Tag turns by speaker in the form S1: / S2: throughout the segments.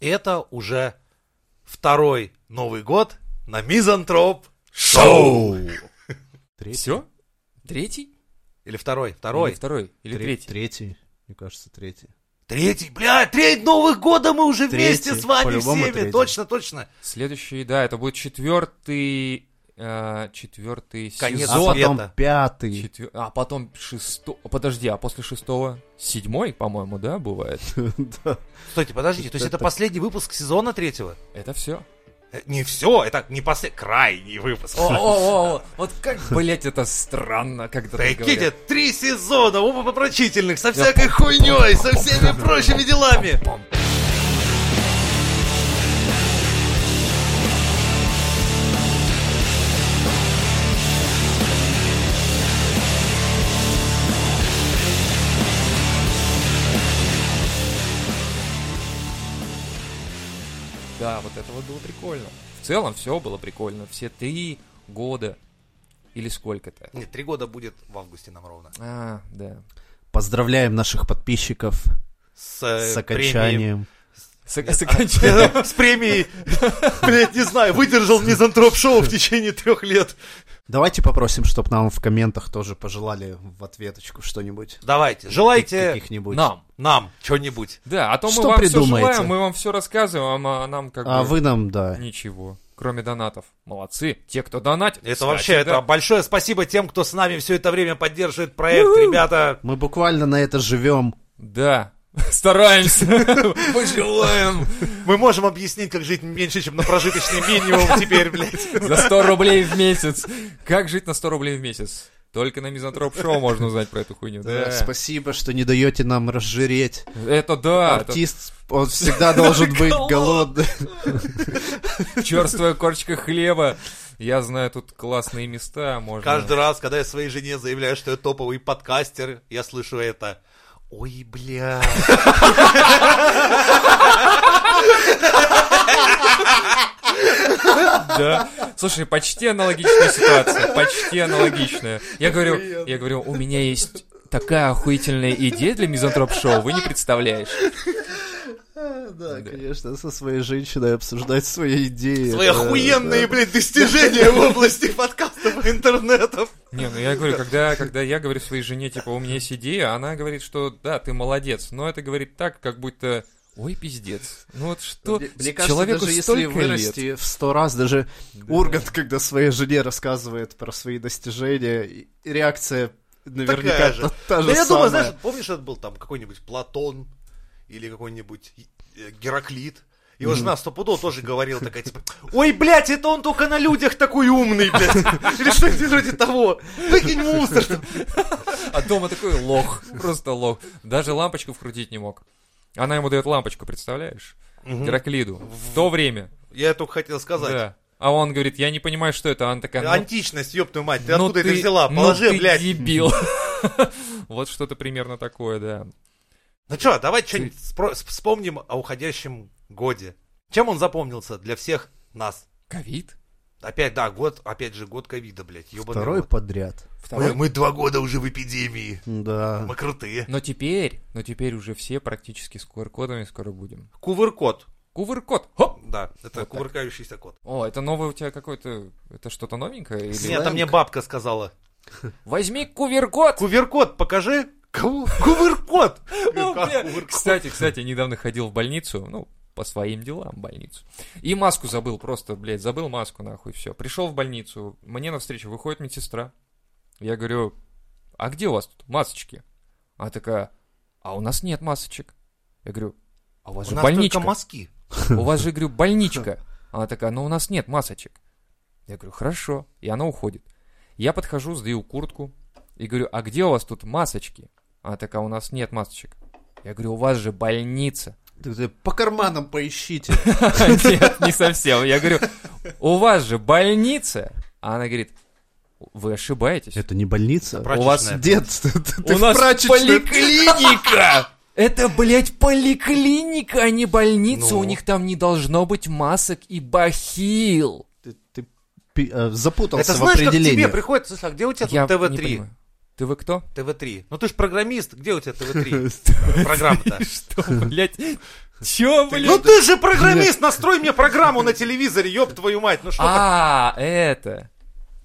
S1: это уже второй Новый год на Мизантроп
S2: Шоу!
S3: Третий.
S2: Все? Третий?
S1: Или второй,
S2: Или
S1: второй.
S2: второй? Или
S3: Тре-
S2: третий?
S3: Третий, мне кажется, третий.
S1: Третий, бля, треть Новых года мы уже
S3: Третий,
S1: вместе с вами
S3: по-любому
S1: всеми.
S3: третий.
S1: Точно, точно.
S2: Следующий, да, это будет четвертый... э, Четвертый
S1: Конец
S2: сезон.
S3: а потом
S1: Света.
S3: пятый.
S2: Четвер- А потом шестой... Подожди, а после шестого? Седьмой, по-моему, да, бывает?
S3: Да.
S1: Стойте, подождите, то есть это
S3: Это-
S1: последний выпуск сезона третьего?
S2: Это все.
S1: Э, Не все, это не последний, крайний выпуск.
S2: О, вот как, блять, это странно, когда так
S1: Прикиньте,
S2: говорят.
S1: три сезона умопопрочительных, со всякой хуйней, со всеми прочими делами.
S2: Да, вот это вот было прикольно. В целом все было прикольно. Все три года или сколько-то.
S1: Нет, три года будет в августе нам ровно.
S2: А, да.
S3: Поздравляем наших подписчиков
S1: С, э,
S3: с
S1: премией.
S3: окончанием.
S2: С, с окончанием.
S1: С премией, блядь, не знаю, выдержал мизантроп шоу в течение трех лет.
S3: Давайте попросим, чтобы нам в комментах тоже пожелали в ответочку что-нибудь.
S1: Давайте, желайте
S3: Каких-нибудь.
S2: Нам.
S1: нам что-нибудь.
S2: Да, а то мы
S3: Что
S2: вам все
S3: придумаете?
S2: желаем, мы вам все рассказываем, а нам как
S3: А
S2: бы
S3: вы нам, да.
S2: ничего. Кроме донатов. Молодцы. Те, кто донатит.
S1: Это
S2: кстати,
S1: вообще, это
S2: да.
S1: большое спасибо тем, кто с нами все это время поддерживает проект, ребята.
S3: Мы буквально на это живем.
S2: Да. Стараемся. Мы желаем.
S1: Мы можем объяснить, как жить меньше, чем на прожиточный минимум теперь, блядь.
S2: За 100 рублей в месяц. Как жить на 100 рублей в месяц? Только на Мизантроп Шоу можно узнать про эту хуйню. Да.
S3: Спасибо, что не даете нам разжиреть.
S2: Это да. это
S3: Артист, он всегда должен быть
S2: Голодный.
S3: голодный.
S2: Черствая корочка хлеба. Я знаю тут классные места. Можно...
S1: Каждый раз, когда я своей жене заявляю, что я топовый подкастер, я слышу это. Ой, бля.
S2: Да. Слушай, почти аналогичная ситуация. Почти аналогичная. Я говорю, я говорю, у меня есть такая охуительная идея для мизантроп-шоу, вы не представляешь.
S3: Да, конечно, со своей женщиной обсуждать свои идеи.
S1: Свои
S3: Это-
S1: охуенные, блядь, достижения в области подкастов и интернетов.
S2: Не, ну я говорю, когда, когда я говорю своей жене, типа, у меня есть идея, она говорит, что да, ты молодец, но это говорит так, как будто, ой, пиздец. Ну вот что,
S3: Мне, мне кажется,
S2: человеку
S3: даже если
S2: столько
S3: вырасти
S2: лет.
S3: в сто раз, даже
S2: Да.
S3: Ургант, когда своей жене рассказывает про свои достижения, и- и реакция наверняка
S1: Такая же.
S3: та, та же
S1: Да я
S3: самая.
S1: думаю, знаешь, помнишь, это был там какой-нибудь Платон или какой-нибудь э, Гераклит? Его жена стопудово тоже говорила такая, типа, ой, блядь, это он только на людях такой умный, блядь. Или что-нибудь вроде того. Выкинь мусор. там.
S2: А дома такой лох, просто лох. Даже лампочку вкрутить не мог. Она ему дает лампочку, представляешь? Гераклиду. В то время.
S1: Я только хотел сказать. Э,
S2: Да. А он говорит, я не понимаю, что это. Она такая, ну,
S1: Античность, ёб твою мать, ты
S2: ну
S1: откуда это
S2: ты-
S1: взяла?
S2: ну
S1: Положи,
S2: ты
S1: блядь.
S2: дебил. Вот что-то примерно такое, да.
S1: Ну что, давай что-нибудь спро- сп- вспомним о уходящем годе. Чем он запомнился для всех нас?
S2: Ковид?
S1: Опять, да, год, опять же, год ковида, блядь, ёбаный
S3: Второй
S1: рот.
S3: подряд.
S1: Ой,
S2: Второй?
S1: мы два года уже в эпидемии.
S3: Да.
S1: Мы крутые.
S2: Но теперь, но теперь уже все практически с QR-кодами скоро будем.
S1: Кувыркот.
S2: Кувыркод! Хоп!
S1: Да, это
S2: Вот так.
S1: кувыркающийся кот.
S2: О, это новое у тебя какое-то... Это что-то новенькое? Или...
S1: Нет, это мне бабка сказала.
S2: Возьми кувыркод!
S1: Кувыркот, покажи. Кого? Кувыркот.
S2: Ну,
S1: Как
S2: бля.
S1: кувыркот?
S2: Кстати, кстати, я недавно ходил в больницу, ну, по своим делам в больницу. И маску забыл просто, блядь, забыл маску нахуй, все. Пришел в больницу, мне навстречу выходит медсестра. Я говорю, а где у вас тут масочки? Она такая, а у нас нет масочек. Я говорю, а у вас
S1: У
S2: же
S1: нас
S2: больничка.
S1: только мазки.
S2: У вас же, говорю, больничка. Она такая, ну у нас нет масочек. Я говорю, хорошо. И она уходит. Я подхожу, сдаю куртку и говорю, а где у вас тут масочки? Она такая, у нас нет масочек. Я говорю, у вас же больница.
S3: Ты- ты По карманам поищите.
S2: Нет, не совсем. Я говорю, у вас же больница. А она говорит, вы ошибаетесь.
S3: Это не больница.
S2: У вас
S1: Прачечная.
S3: Дед, ты, ты- ты
S2: У
S3: в
S2: нас
S3: прачечной.
S2: поликлиника! Это, блядь, поликлиника, а не больница.
S1: Ну.
S2: У них там не должно быть масок и бахил.
S3: Ты, ты пи- э, запутался
S1: Это
S3: в
S1: знаешь, как
S3: определении.
S1: тебе приходит, слушай, а где у тебя
S2: Я
S1: тут
S2: не
S1: ТВ-3?
S2: понимаю. Ты вы кто?
S1: ТВ-3. Ну ты же программист, где у тебя ТВ-3 программа-то?
S2: Что, блядь? Чё,
S1: Ну
S2: блядь?
S1: ты же программист, настрой мне программу на телевизоре, ёб твою мать, ну что так?
S2: А, это.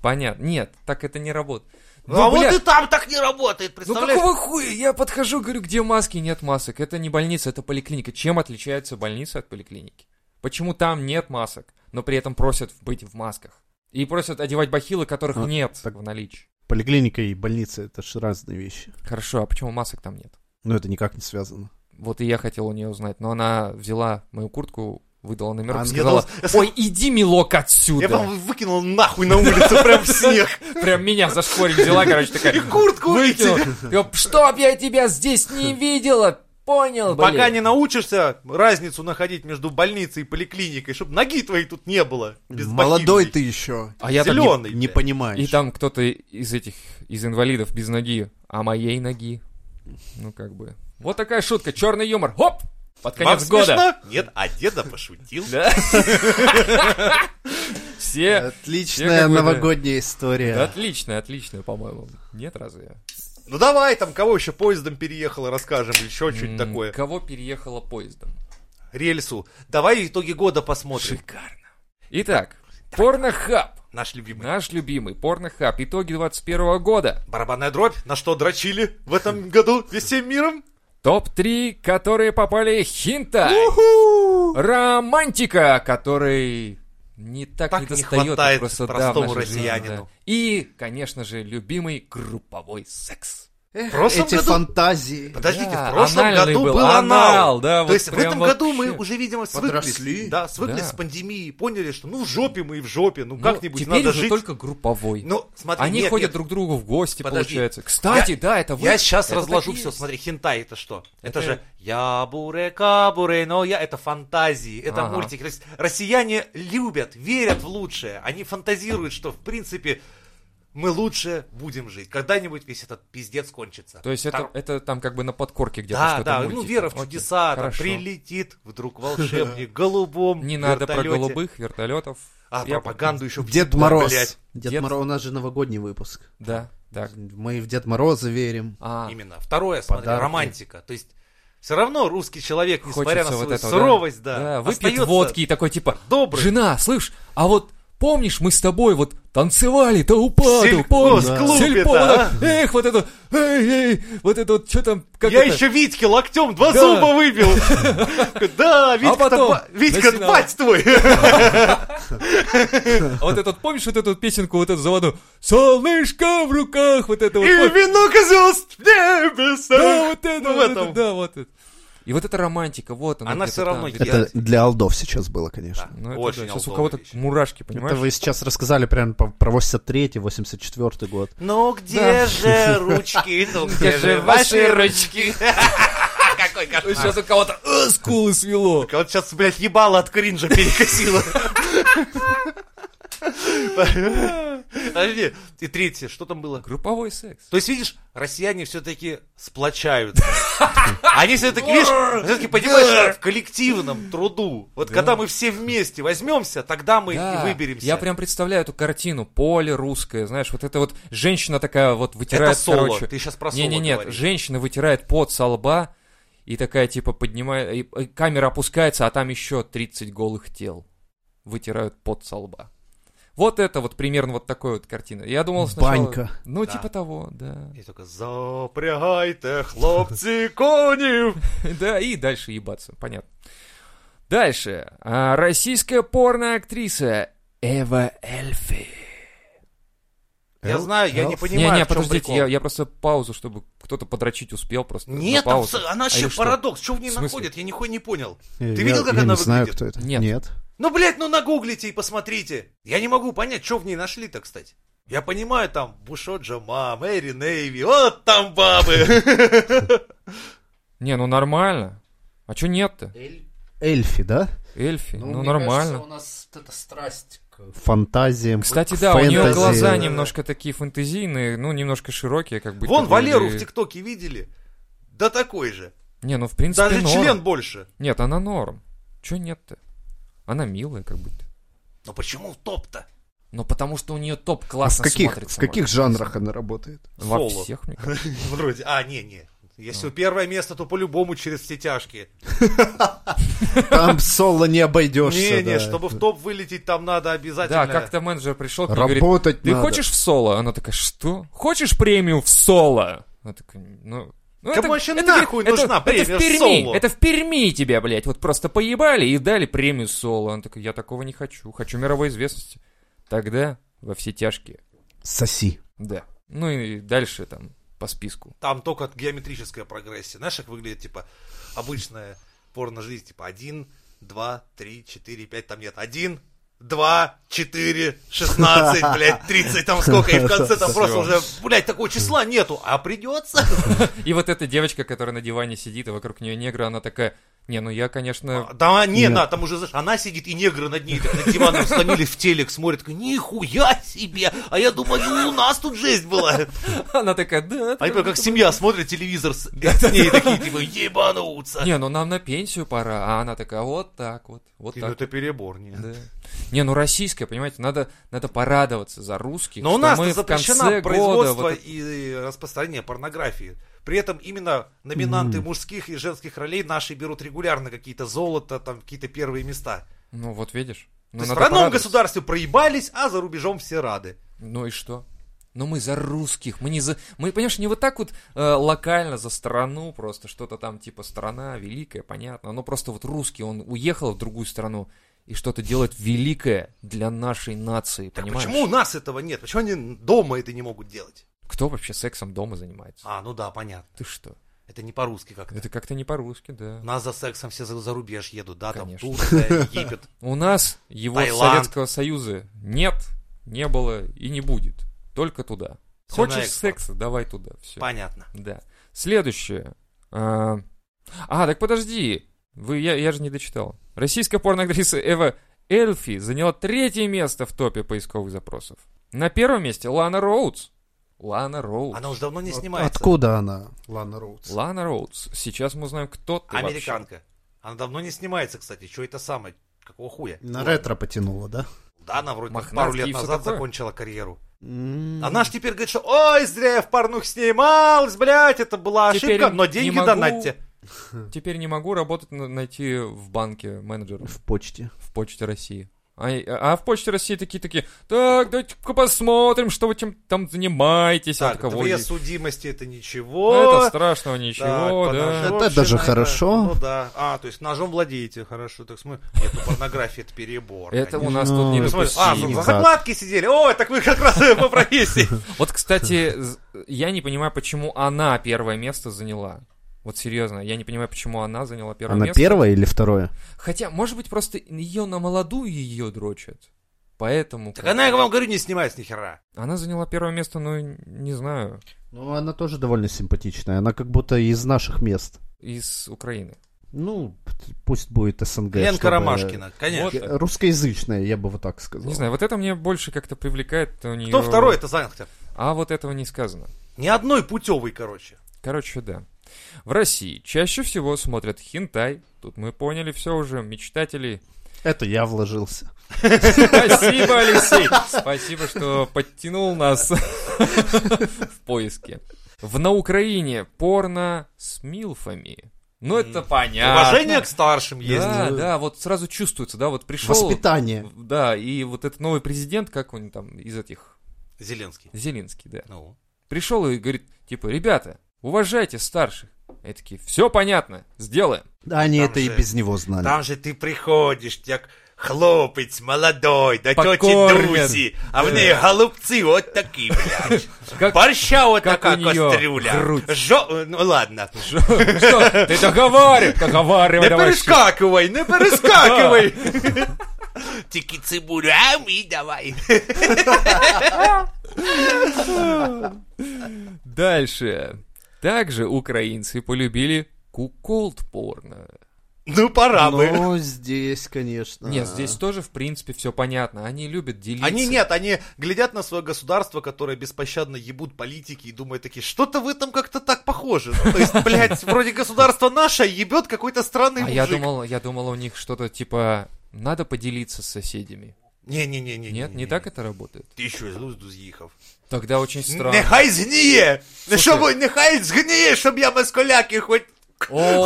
S2: Понятно. Нет, так это не работает.
S1: Ну, а
S2: Ну,
S1: вот
S2: блядь,
S1: и там так не работает,
S2: ну
S1: представляешь?
S2: какого хуя? Я подхожу, говорю, где маски, нет масок. Это не больница, это поликлиника. Чем отличается больница от поликлиники? Почему там нет масок, но при этом просят быть в масках? И просят одевать бахилы, которых
S3: А,
S2: нет
S3: так-
S2: в наличии.
S3: Поликлиника и больница — это же разные вещи.
S2: Хорошо, а почему масок там нет?
S3: Но это никак не связано.
S2: Вот и я хотел у нее узнать, но она взяла мою куртку, выдала номер
S3: А,
S2: и
S3: я
S2: сказала, ой, иди, милок,
S1: Я
S2: отсюда.
S1: прям выкинул нахуй на улицу, прям в снег.
S2: Прям меня за шкворень взяла, короче,
S1: И
S2: такая,
S1: куртку
S2: выкинула.
S1: выкинул.
S2: Я, Чтоб я тебя здесь не видела, понял, блин.
S1: Пока не научишься разницу находить между больницей и поликлиникой, чтобы ноги твоей тут не было. без
S3: Молодой
S1: бахилы.
S3: ты еще.
S2: А я там не-
S1: Зеленый.
S3: Не
S1: блядь.
S3: понимаешь.
S2: И там кто-то из этих, из инвалидов без ноги, а моей ноги. Ну, как бы. Вот такая шутка, черный юмор. Хоп! Под
S1: Вам
S2: конец года.
S1: смешно? Нет, а деда пошутил.
S2: Да. Все...
S3: Отличная
S2: как бы, да.
S3: новогодняя история.
S2: Да Отлично, отлично, по-моему. Нет, разве?
S1: Ну давай, там кого еще поездом переехало, расскажем, или еще что-нибудь
S2: М,
S1: такое.
S2: Кого переехала поездом?
S1: Рельсу. Давай итоги года посмотрим.
S2: Шикарно. Итак, Порнохаб.
S1: Наш любимый.
S2: Наш любимый Порнохаб. Итоги 21 года.
S1: Барабанная дробь, на что дрочили в этом году весь всем миром?
S2: Топ-3, которые попали хинта. Романтика, который не так,
S1: Так
S2: не
S1: не
S2: достает.
S1: хватает
S2: просто, да, в
S1: простому
S2: нашей жизни,
S1: россиянину.
S2: да. И, конечно же, любимый групповой секс.
S1: В прошлом
S3: Эти
S1: году-
S3: фантазии.
S1: Подождите,
S2: Да,
S1: в прошлом
S2: анальный
S1: году
S2: был,
S1: был,
S2: анал, да,
S1: То
S2: вот
S1: есть в
S2: прям
S1: этом
S2: вообще.
S1: году мы уже, видимо, свыклись.
S3: Подросли.
S1: Да, свыклись
S2: Да.
S1: с пандемией, поняли, что ну в жопе мы и в жопе, ну
S2: Ну,
S1: как-нибудь
S2: Теперь
S1: надо
S2: уже
S1: жить.
S2: только групповой.
S1: Ну, смотри,
S2: Они
S1: нет,
S2: ходят
S1: нет.
S2: друг к другу в гости,
S1: Подожди.
S2: получается. Кстати, да, это вы.
S1: Я сейчас
S2: Это
S1: разложу
S2: так и
S1: все.
S2: есть.
S1: Смотри, хентай это что? Это,
S2: Это-
S1: же я буре кабуре, но я это фантазии, это
S2: Ага.
S1: мультик. То есть россияне любят, верят в лучшее. Они фантазируют, что в принципе мы лучше будем жить. Когда-нибудь весь этот пиздец кончится.
S2: То есть это,
S1: Там-
S2: это там как бы на подкорке где-то
S1: Да,
S2: что-то
S1: да, ну
S2: мутите.
S1: вера в
S2: Окей,
S1: чудеса, там,
S2: хорошо.
S1: прилетит вдруг волшебник в голубом
S2: Не надо про
S1: вертолете.
S2: голубых вертолетов.
S1: А,
S2: Я-
S1: пропаганду еще...
S3: Дед Мороз.
S1: Блядь,
S3: Дед,
S2: Дед-
S3: Мороз, у нас же новогодний выпуск.
S2: Да, так.
S3: Мы в Дед Мороза верим.
S2: А,
S1: именно. Второе, смотри,
S3: Подарки.
S1: романтика. То есть все равно русский человек, несмотря
S2: хочется
S1: на свою
S2: вот этого,
S1: суровость, да,
S2: выпьет
S1: остается
S2: водки и такой типа,
S1: добрый.
S2: жена, слышь, а вот помнишь, мы с тобой вот танцевали то упаду,
S1: Сельпо,
S2: помнишь?
S1: с клубе-то,
S2: Сельпо, вот
S1: а?
S2: так, эх, вот это, эй, эй, вот это вот, что там, как
S1: Я
S2: это?
S1: еще Витьке локтем два
S2: Да. А
S1: зуба выбил. Да, Витька-то
S2: потом
S1: ба- Витька,
S2: начинала.
S1: бать твой.
S2: А вот этот, помнишь вот эту вот песенку, вот эту заводу? Солнышко в руках, вот это
S1: И
S2: вот. помнишь?
S1: венок звезд в
S2: Да,
S1: небесах.
S2: вот это,
S1: Ну, в
S2: вот это,
S1: этом.
S2: да, вот это. И вот эта романтика, вот она.
S1: Она
S2: где-то
S1: всё равно
S2: там,
S1: есть.
S2: где-то-
S1: Это
S3: для алдов сейчас было, конечно.
S2: Ну, это
S1: Очень
S2: да, Сейчас у
S1: алдовая
S2: кого-то
S1: вещь.
S2: мурашки, понимаешь?
S3: Это вы сейчас рассказали прям по- про 83-й, 84-й год.
S1: Ну
S2: Да.
S1: где же ручки? Ну где же ваши ручки? Какой
S2: Ой,
S1: кошмар.
S2: Сейчас у кого-то э, скулы свело.
S1: Вот сейчас, блядь, ебало от кринжа перекосило. Подожди. И третье, что там было?
S2: Групповой секс.
S1: То есть, видишь, россияне все-таки сплочаются. Они все-таки, видишь, все-таки понимаешь, что в коллективном труду. Вот когда мы все вместе возьмемся, тогда мы
S2: Да,
S1: и выберемся.
S2: Я прям представляю эту картину. Поле русское, знаешь, вот это вот женщина такая вот вытирает,
S1: Это соло.
S2: короче.
S1: Ты сейчас про соло
S2: Не-не-не,
S1: говоришь.
S2: женщина вытирает пот со лба и такая типа поднимает... и- и камера опускается, а там еще 30 голых тел. Вытирают пот со лба. Вот это вот примерно вот такой вот картина. Я думал сначала...
S3: Банька.
S2: Ну,
S1: Да.
S2: типа того, да.
S1: И только запрягайте, хлопцы, кони.
S2: Да, и дальше ебаться, понятно. Дальше. А, Российская порно-актриса Эва Эльфи.
S1: Я знаю, я не понимаю,
S2: Не, не,
S1: в чём
S2: Э, подождите,
S1: прикол.
S2: я, я просто паузу, чтобы кто-то подрочить успел просто. на
S1: Нет, там
S2: паузу.
S1: с- она
S2: А
S1: вообще
S2: я что?
S1: парадокс. Что в ней
S2: В смысле?
S1: находит? Я нихуя не понял.
S3: Э, Я-
S1: Ты видел, как
S3: я
S1: она
S3: не знаю,
S1: выглядит?
S3: кто это.
S2: Нет.
S1: Ну, блядь, ну нагуглите и посмотрите. Я не могу понять, что в ней нашли-то, кстати. Я понимаю, там Бушо Джама, Мэри Нейви, вот там бабы.
S2: Не, ну нормально. А чё нет-то?
S3: Эльфи, да?
S2: Эльфи, ну, нормально.
S3: у нас эта страсть к фантазиям.
S2: Кстати, да, у нее
S3: фэнтези. А
S2: глаза
S1: Да-да-да.
S2: немножко такие фэнтезийные, ну, немножко широкие, как бы.
S1: Вон
S2: такой,
S1: Валеру
S2: или-
S1: в ТикТоке видели? Да такой же.
S2: Не, ну, в принципе,
S1: Даже
S2: норм.
S1: член больше.
S2: Нет, она норм. Чё нет-то? Она милая, как будто.
S1: Но почему в топ-то?
S2: Но потому что у нее топ
S3: А в
S2: классно
S3: каких,
S2: смотрится.
S3: в каких
S2: может.
S3: жанрах она работает?
S2: Во
S1: Соло.
S2: всех, мне кажется.
S1: Вроде. А, не, не. Если
S3: Ну.
S1: первое место, то по-любому через все тяжкие.
S3: Там соло не обойдешься.
S1: Не, не,
S3: да.
S1: чтобы в топ вылететь, там надо
S2: Да,
S1: обязательно.
S2: как-то менеджер пришел к ней и говорит,
S3: Работать
S2: ты
S3: надо.
S2: хочешь в соло? Она такая, что? Хочешь премию в соло? Она такая, ну... ну
S1: Кому вообще нахуй
S2: говорит,
S1: нужна
S2: это
S1: премия
S2: в Перми,
S1: соло?
S2: Это в Перми тебя, блядь, вот просто поебали и дали премию соло. Она такая, я такого не хочу, хочу мировой известности. Тогда во все тяжкие,
S3: Соси.
S2: да. Ну и дальше там по списку.
S1: Там только геометрическая прогрессия. Знаешь, как выглядит, типа, обычная порно-жизнь, типа, один, два, три, четыре, пять, там нет, один, два, четыре, шестнадцать, блядь, тридцать, там сколько, и в конце там просто уже, блядь, такого числа нету, а придется.
S2: И вот эта девочка, которая на диване сидит, и вокруг нее негра, она такая, не, ну я, конечно...
S1: Да, не,
S3: Нет.
S1: на, там уже, знаешь, она сидит, и негры над ней, так, над диваном сломились в телек, смотрят, такой, нихуя себе, а я думаю, у нас тут жесть была.
S2: Она такая, да...
S1: Они
S2: да,
S1: прям как
S2: да».
S1: семья смотрят телевизор с, с ней, такие, типа, ебануться.
S2: Не, ну нам на пенсию пора, а она такая, вот так вот, вот
S1: И,
S2: так.
S1: Типа, это перебор, не.
S2: Да. Не, ну российская, понимаете, надо, надо порадоваться за русских.
S1: Но у
S2: что
S1: нас
S2: мы в
S1: запрещено
S2: конце
S1: производство
S2: года вот это-
S1: и э, распространение порнографии. При этом именно номинанты мужских и женских ролей наши берут регулярно какие-то золото, там какие-то первые места.
S2: Ну вот видишь. Ну,
S1: То есть
S2: надо
S1: в родном
S2: порадоваться.
S1: государстве проебались, а за рубежом все рады.
S2: Ну и что? Ну мы за русских, мы не за... Мы, понимаешь, не вот так вот э, локально за страну просто, что-то там типа страна великая, понятно, но просто вот русский, он уехал в другую страну и что-то делает великое для нашей нации,
S1: Так
S2: понимаешь?
S1: почему у нас этого нет? Почему они дома это не могут делать?
S2: Кто вообще сексом дома занимается?
S1: А, ну да, понятно.
S2: Ты что?
S1: Это не по-русски как-то.
S2: Это как-то не по-русски, да.
S1: У Нас за сексом все за, за рубеж едут, да, там
S2: Конечно.
S1: Турция, Египет.
S2: У нас его
S1: Таиланд.
S2: Советского Союза нет, не было и не будет. Только туда.
S1: Всё на
S2: Хочешь
S1: экспорт.
S2: секса, давай туда. Все.
S1: Понятно.
S2: Да. Следующее. А, а, так подожди. Вы, я, я же не дочитал. Российская порноактриса Эва Эльфи заняла третье место в топе поисковых запросов. На первом месте Лана Роудс. Лана Роудс.
S1: Она уже давно не
S3: От-
S1: снимается.
S3: Откуда она, Лана Роудс?
S2: Лана Роудс. Сейчас мы узнаем, кто ты вообще.
S1: Американка. Она давно не снимается, кстати. Что это самое? Какого хуя?
S3: На
S1: Ну,
S3: ретро потянула, да?
S1: Да, она вроде
S2: Мохнатки
S1: пару
S2: и
S1: лет
S2: всё
S1: назад
S2: такое.
S1: закончила карьеру.
S3: Она
S1: Она ж теперь говорит, что ой, зря я в порнух снималась, блядь, это была ошибка,
S2: Теперь не-
S1: но
S2: не
S1: деньги
S2: могу».
S1: донатьте.
S2: Теперь не могу работать, на- найти в банке менеджера.
S3: в почте.
S2: в Почте России. А, а в Почте России такие такие, так, давайте-ка посмотрим, что вы чем там занимаетесь. а
S1: Так,
S2: такого
S1: две
S2: есть.
S1: судимости, это
S2: Ну,
S1: ничего.
S2: это страшного ничего,
S1: Так,
S2: да.
S1: поножовщина,
S3: Это даже хорошо.
S1: Ну да. А, то есть ножом владеете, хорошо. Так смотри, нет, ну порнография это перебор.
S2: Это у
S1: конечно.
S2: нас тут не
S3: Ну,
S1: Ну, смотри, а, за-
S2: допустимо.
S1: за закладки сидели. Ой, так вы как раз по профессии.
S2: Вот, кстати, з- я не понимаю, почему она первое место заняла. Вот серьезно, я не понимаю, почему она заняла первое
S3: Она
S2: место.
S3: первая или второе?
S2: Хотя, может быть, просто ее на молодую ее дрочат. Поэтому
S1: Так
S2: как-
S1: она, я вам говорю, не снимается ни хера.
S2: она заняла первое место, ну, не знаю,
S3: Ну, она тоже довольно симпатичная. Она как будто из наших мест.
S2: из Украины.
S3: Ну, п- пусть будет СНГ.
S1: Ленка
S3: чтобы-
S1: Ромашкина,
S2: Вот.
S1: конечно.
S3: Э, Русскоязычная, я бы вот так сказал.
S2: Не знаю, вот это мне больше как-то привлекает у нее.
S1: Кто второй это занял хотя бы?
S2: А вот этого не сказано.
S1: Ни одной путевой, короче.
S2: Короче, да. В России чаще всего смотрят хентай. Тут мы поняли все уже, мечтатели.
S3: Это я вложился.
S2: Спасибо, Алексей! Спасибо, что подтянул нас в поиске. В на Украине порно с милфами. Ну, это понятно.
S1: Уважение к старшим есть. ну,
S2: Да, да, вот сразу чувствуется, да, вот пришел...
S3: Воспитание.
S2: Да, и вот этот новый президент, как он там из этих...
S1: Зеленский.
S2: Зеленский, да.
S1: Ну.
S2: Пришел и говорит, типа, ребята, уважайте старших. И такие, все понятно, сделаем.
S3: Да, они
S1: Там
S3: это и
S1: же-
S3: без него знали.
S1: Там же ты приходишь, тебя хлопец молодой, да тети
S2: Покормят.
S1: Дуси, а в
S2: Да.
S1: ней голубцы вот такие, блядь.
S2: Как
S1: Борща вот
S2: как
S1: такая
S2: у неё
S1: кастрюля.
S2: грудь.
S1: Жо- Ну ладно.
S2: Что? Что? Ты договаривай,
S1: Не
S2: договаривай, давай.
S1: перескакивай, не перескакивай. Тики цибулю, а мы давай.
S2: Дальше. Также украинцы полюбили куколд порно.
S1: Ну пора бы.
S3: Но здесь, конечно.
S2: Нет, здесь тоже, в принципе, все понятно. Они любят делиться.
S1: А. Они нет, они глядят на свое государство, которое беспощадно ебут политики и думают такие, что-то в этом как-то так похоже. Ну, то есть, блядь, вроде государство наше а ебет какой-то странный
S2: А
S1: мужик.
S2: я думал, я думал, у них что-то типа надо поделиться с соседями.
S1: Не-не-не-не.
S2: Нет, не так это работает.
S1: Ты еще из лузду съехав.
S2: Тогда очень странно.
S1: Нехай згніє!
S2: Слушай.
S1: Щоб, нехай згніє, щоб я москаляки хоть,
S2: О,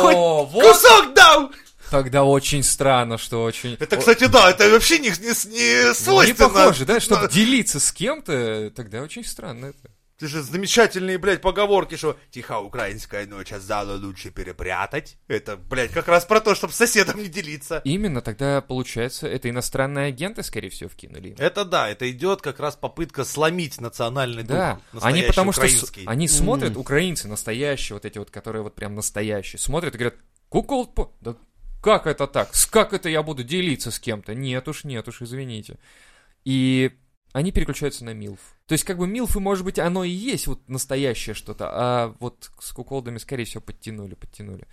S1: хоть
S2: вот.
S1: кусок дал!
S2: Тогда очень странно, что очень.
S1: Это,
S2: О,
S1: кстати, да, это вообще не, не, не
S2: ну, не
S1: свойственно.
S2: похоже, да? Чтобы
S1: Да.
S2: делиться с кем-то, тогда очень странно это.
S1: Ты же замечательные, блядь, поговорки, что «Тиха украинская ночь, а залу лучше перепрятать». Это, блядь, как раз про то, чтобы с соседом не делиться.
S2: Именно тогда, получается, это иностранные агенты, скорее всего, вкинули. им.
S1: Это да, это идет как раз попытка сломить национальный дух,
S2: Да, они
S1: настоящий
S2: потому что с-
S1: украинский.
S2: они смотрят, украинцы настоящие, вот эти вот, которые вот прям настоящие, смотрят и говорят, кукол, по- да как это так? С как это я буду делиться с кем-то? Нет уж, нет уж, извините. И они переключаются на Милф. То есть, как бы Милфы, может быть, оно и есть вот настоящее что-то, а вот с куколдами, скорее всего, подтянули, подтянули.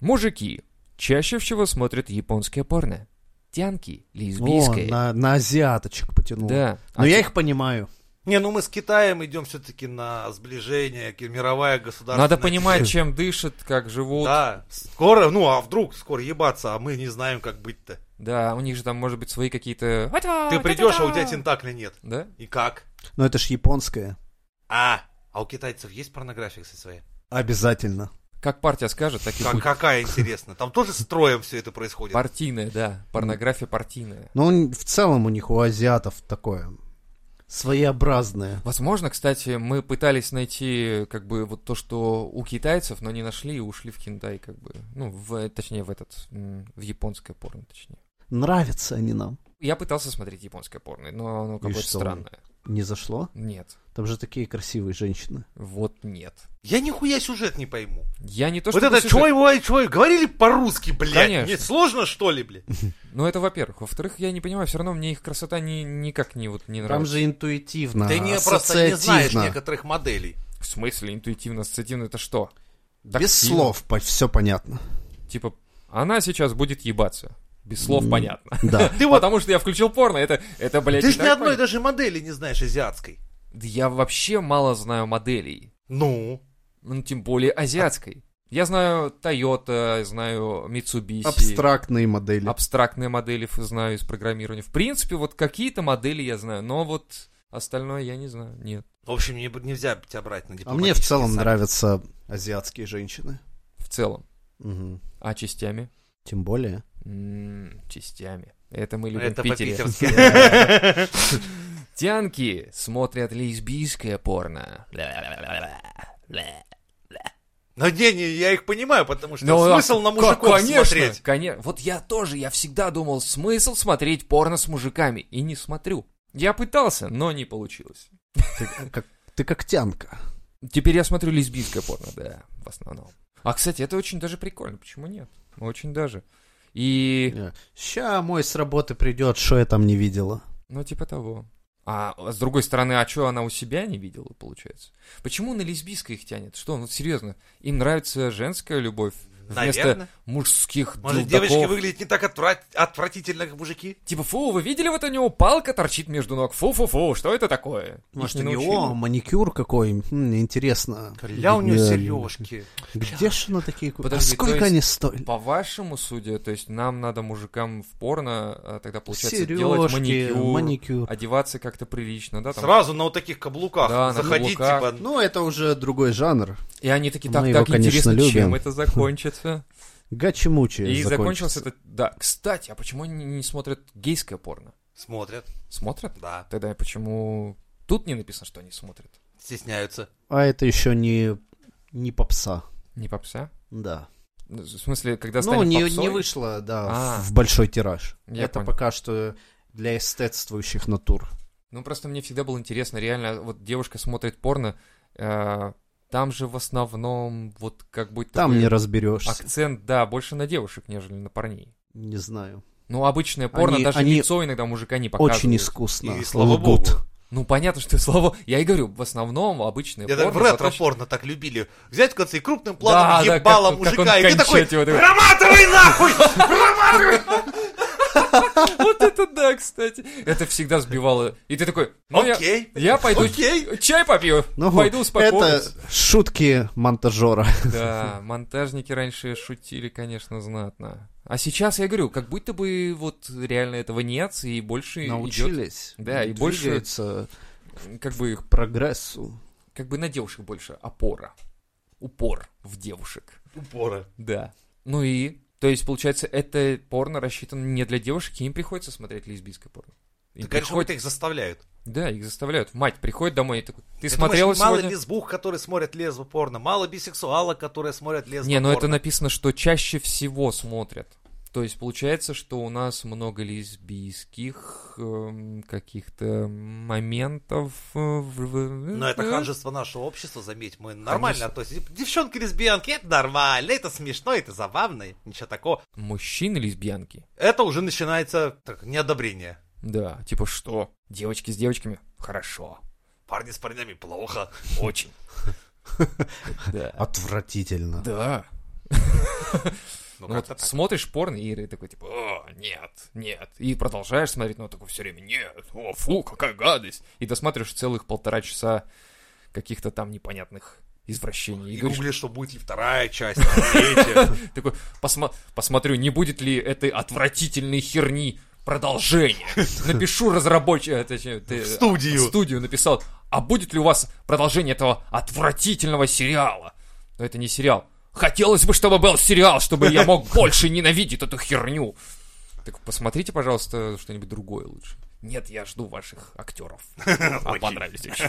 S2: Мужики чаще всего смотрят японское порно. Тянки, лесбийское.
S3: О, на, на азиаточек потянул.
S2: Да.
S3: Но
S2: А
S3: я
S2: те-
S3: их понимаю.
S1: Не, ну мы с Китаем идем все-таки на сближение, ки- мировая государственная...
S2: Надо понимать, чем дышат, как живут.
S1: Да, скоро, ну а вдруг скоро ебаться, а мы не знаем, как быть-то.
S2: Да, у них же там, может быть, свои какие-то...
S1: Ты придешь, а у тебя тентакля нет.
S2: Да?
S1: И как?
S3: Но это ж японское.
S1: А, а у китайцев есть порнография, кстати, своя?
S3: Обязательно.
S2: Как партия скажет, так и
S1: Как-
S2: будет.
S1: какая интересно. Там тоже с троем все это происходит.
S2: Партийная, да. Порнография партийная.
S3: Ну, н- в целом у них, у азиатов такое своеобразное.
S2: Возможно, кстати, мы пытались найти как бы вот то, что у китайцев, но не нашли и ушли в Китай, как бы. Ну, в, точнее, в этот, м, в японское порно, точнее.
S3: Нравятся они нам.
S2: Я пытался смотреть японское порно, но оно какое-то
S3: что?
S2: странное.
S3: Не зашло?
S2: Нет.
S3: Там же такие красивые женщины.
S2: Вот нет.
S1: Я нихуя сюжет не пойму.
S2: Я не то,
S1: вот
S2: чтобы
S1: это
S2: сюжет-
S1: чой, ой, чой, говорили по-русски, блядь.
S2: Конечно.
S1: Мне сложно, что ли, блядь?
S2: Ну, это во-первых. Во-вторых, я не понимаю, все равно мне их красота ни- никак не, вот, не
S3: Там
S2: нравится.
S3: же интуитивно,
S1: Ты не просто не знаешь
S3: ассоциативно.
S1: некоторых моделей.
S2: В смысле интуитивно, ассоциативно, это что?
S3: Без
S2: Тактильно.
S3: слов, все понятно.
S2: Типа, она сейчас будет ебаться. Без слов
S3: М.
S2: понятно.
S3: Да.
S1: Ты вот,
S2: Потому что я включил порно, это, это блядь,
S1: ты
S2: не
S1: же
S2: так
S1: ни одной
S2: понятно.
S1: даже модели не знаешь азиатской.
S2: Да Я вообще мало знаю моделей.
S1: Ну,
S2: Ну, тем более азиатской. Я знаю Toyota, знаю Mitsubishi.
S3: Абстрактные
S1: А
S3: модели.
S2: Абстрактные модели ф- знаю из программирования. В принципе, вот какие-то модели я знаю, но вот остальное я не знаю. Нет.
S1: в общем, не- нельзя тебя брать на
S3: А мне в
S1: дипломатический
S3: целом
S1: саммит.
S3: нравятся азиатские женщины.
S2: В целом.
S3: Мгм.
S2: А частями?
S3: Тем более.
S2: М, частями. Это мы любим
S1: Это
S2: в Питере.
S1: по-питерски.
S2: Тянки смотрят лесбийское порно.
S1: Но не, не, я их понимаю, потому что
S2: Ну,
S1: смысл
S2: а
S1: на
S2: к-
S1: мужиков
S2: конечно,
S1: смотреть.
S2: Конечно. Вот я тоже, я всегда думал, смысл смотреть порно с мужиками. И не смотрю. Я пытался, но не получилось.
S3: Ты как, ты как тянка.
S2: Теперь я смотрю лесбийское порно, да, в основном. А, кстати, это очень даже прикольно. Почему нет? Очень даже. И,
S3: Ща мой с работы придет, что я там не видела.
S2: ну, типа того. А с другой стороны, а что она у себя не видела, получается? Почему на лесбийское их тянет? Что, ну, серьезно, им нравится женская любовь вместо
S1: Наверное.
S2: мужских
S1: Может,
S2: делдаков.
S1: девочки выглядят не так отвра- отвратительно, как мужики?
S2: Типа, фу, вы видели вот у него палка торчит между ног? Фу-фу-фу, что это такое?
S3: Может,
S2: Их
S3: у
S2: не
S3: него
S2: научили.
S3: маникюр какой? М, интересно.
S1: Ля у нее
S3: Где-
S1: сережки.
S3: Где ж она такие? ку- а
S2: Подожди, то
S3: сколько
S2: есть-
S3: они стоили?
S2: По-вашему, судя, то есть нам надо мужикам в порно а, тогда, получается, делать
S3: Сережки,
S2: маникюр,
S3: маникюр.
S2: одеваться как-то прилично, да? там?
S1: Сразу на вот таких каблуках
S2: Да, на
S1: заходить,
S2: каблуках.
S1: типа,
S3: Ну, это уже другой жанр.
S2: И они такие,
S3: Мы
S2: так,
S3: его,
S2: так,
S3: конечно,
S2: интересно, чем
S3: любим.
S2: это закончится?
S3: Гачи-мучи
S2: И закончился
S3: закончился.
S2: это... Да, кстати, а почему они не смотрят гейское порно?
S1: смотрят,
S2: Смотрят?
S1: да,
S2: Тогда почему тут не написано, что они смотрят?
S1: стесняются.
S3: А это еще не, не попса.
S2: Не попса?
S3: Да.
S2: В смысле, когда
S3: ну,
S2: станет
S3: не,
S2: попсой?
S3: не вышло, да,
S2: А.
S3: в большой тираж.
S2: Я
S3: это
S2: понял.
S3: пока что для эстетствующих натур.
S2: Ну, просто мне всегда было интересно, реально, вот девушка смотрит порно, э, там же в основном вот как будто
S3: Там
S2: бы
S3: не разберешься.
S2: акцент, да, больше на девушек, нежели на парней.
S3: Не знаю.
S2: Ну, обычное порно,
S3: Они-
S2: даже
S3: они
S2: лицо иногда мужика не показывают.
S3: Очень искусно.
S1: И слава
S3: лгут.
S1: богу.
S2: Ну, понятно, что слово... Я и говорю, в основном обычное
S1: Я так
S2: порно...
S1: в ретро
S2: заточено-
S1: порно так любили. Взять в конце и крупным
S2: Да,
S1: планом
S2: да,
S1: ебало
S2: как- как
S1: мужика,
S2: он
S1: и ты такой,
S2: кончает его, такой,
S1: проматывай нахуй!
S2: Вот это да, кстати. Это всегда сбивало. И ты такой, ну, я,
S1: Окей.
S2: я пойду
S1: Окей.
S2: чай попью,
S3: Ну,
S2: пойду успокоюсь.
S3: это шутки монтажера.
S2: Да, монтажники раньше шутили, конечно, знатно. А сейчас я говорю, как будто бы вот реально этого нет, и больше идет,
S3: Научились.
S2: Да, и больше-
S3: двигаются
S2: как бы,
S3: к прогрессу.
S2: как бы на девушек больше опора. Упор в девушек.
S1: Упора.
S2: Да. Ну и, то есть, получается, это порно рассчитано не для девушек, и им приходится смотреть лесбийское порно. Им
S1: Ты, конечно,
S2: приходит-
S1: вот их заставляют.
S2: Да, их заставляют. Мать приходит домой и такой, ты
S1: Ты
S2: смотрела
S1: думаешь,
S2: сегодня?
S1: Мало лесбух, которые смотрят лесбо порно, мало бисексуалов, которые смотрят лесбо
S2: Не, ну это
S1: порно.
S2: написано, что чаще всего смотрят. То есть получается, что у нас много лесбийских эм, каких-то моментов. э, в- в-
S1: Но это ханжество нашего общества, заметь, мы нормально относимся. Типа, Девчонки-лесбиянки, это нормально, это смешно, это забавно, ничего такого.
S2: Мужчины лесбиянки.
S1: Это уже начинается так, неодобрение.
S2: Да, типа что? Девочки с девочками? Хорошо.
S1: Парни с парнями плохо.
S2: Очень.
S3: А
S2: Да.
S3: Отвратительно.
S2: Да.
S1: Ну,
S2: Ну
S1: как-то
S2: вот
S1: так.
S2: смотришь порно, и ты такой, типа, «О, нет, нет. И продолжаешь смотреть, но такой все время, нет, о, фу, какая гадость. И досматриваешь целых полтора часа каких-то там непонятных извращений. И,
S1: И
S2: говоришь,
S1: гуглишь, что будет ли вторая часть, третья.
S2: такой, «Посма- посмотрю, не будет ли этой отвратительной херни продолжение. Напишу разработчику, точнее, ты-
S1: В студию.
S2: в студию написал, а будет ли у вас продолжение этого отвратительного сериала? Но это не сериал. Хотелось бы, чтобы был сериал, чтобы я мог больше ненавидеть эту херню. Так посмотрите, пожалуйста, что-нибудь другое лучше. Нет, я жду ваших актеров. А
S1: Очень.
S2: понравились еще.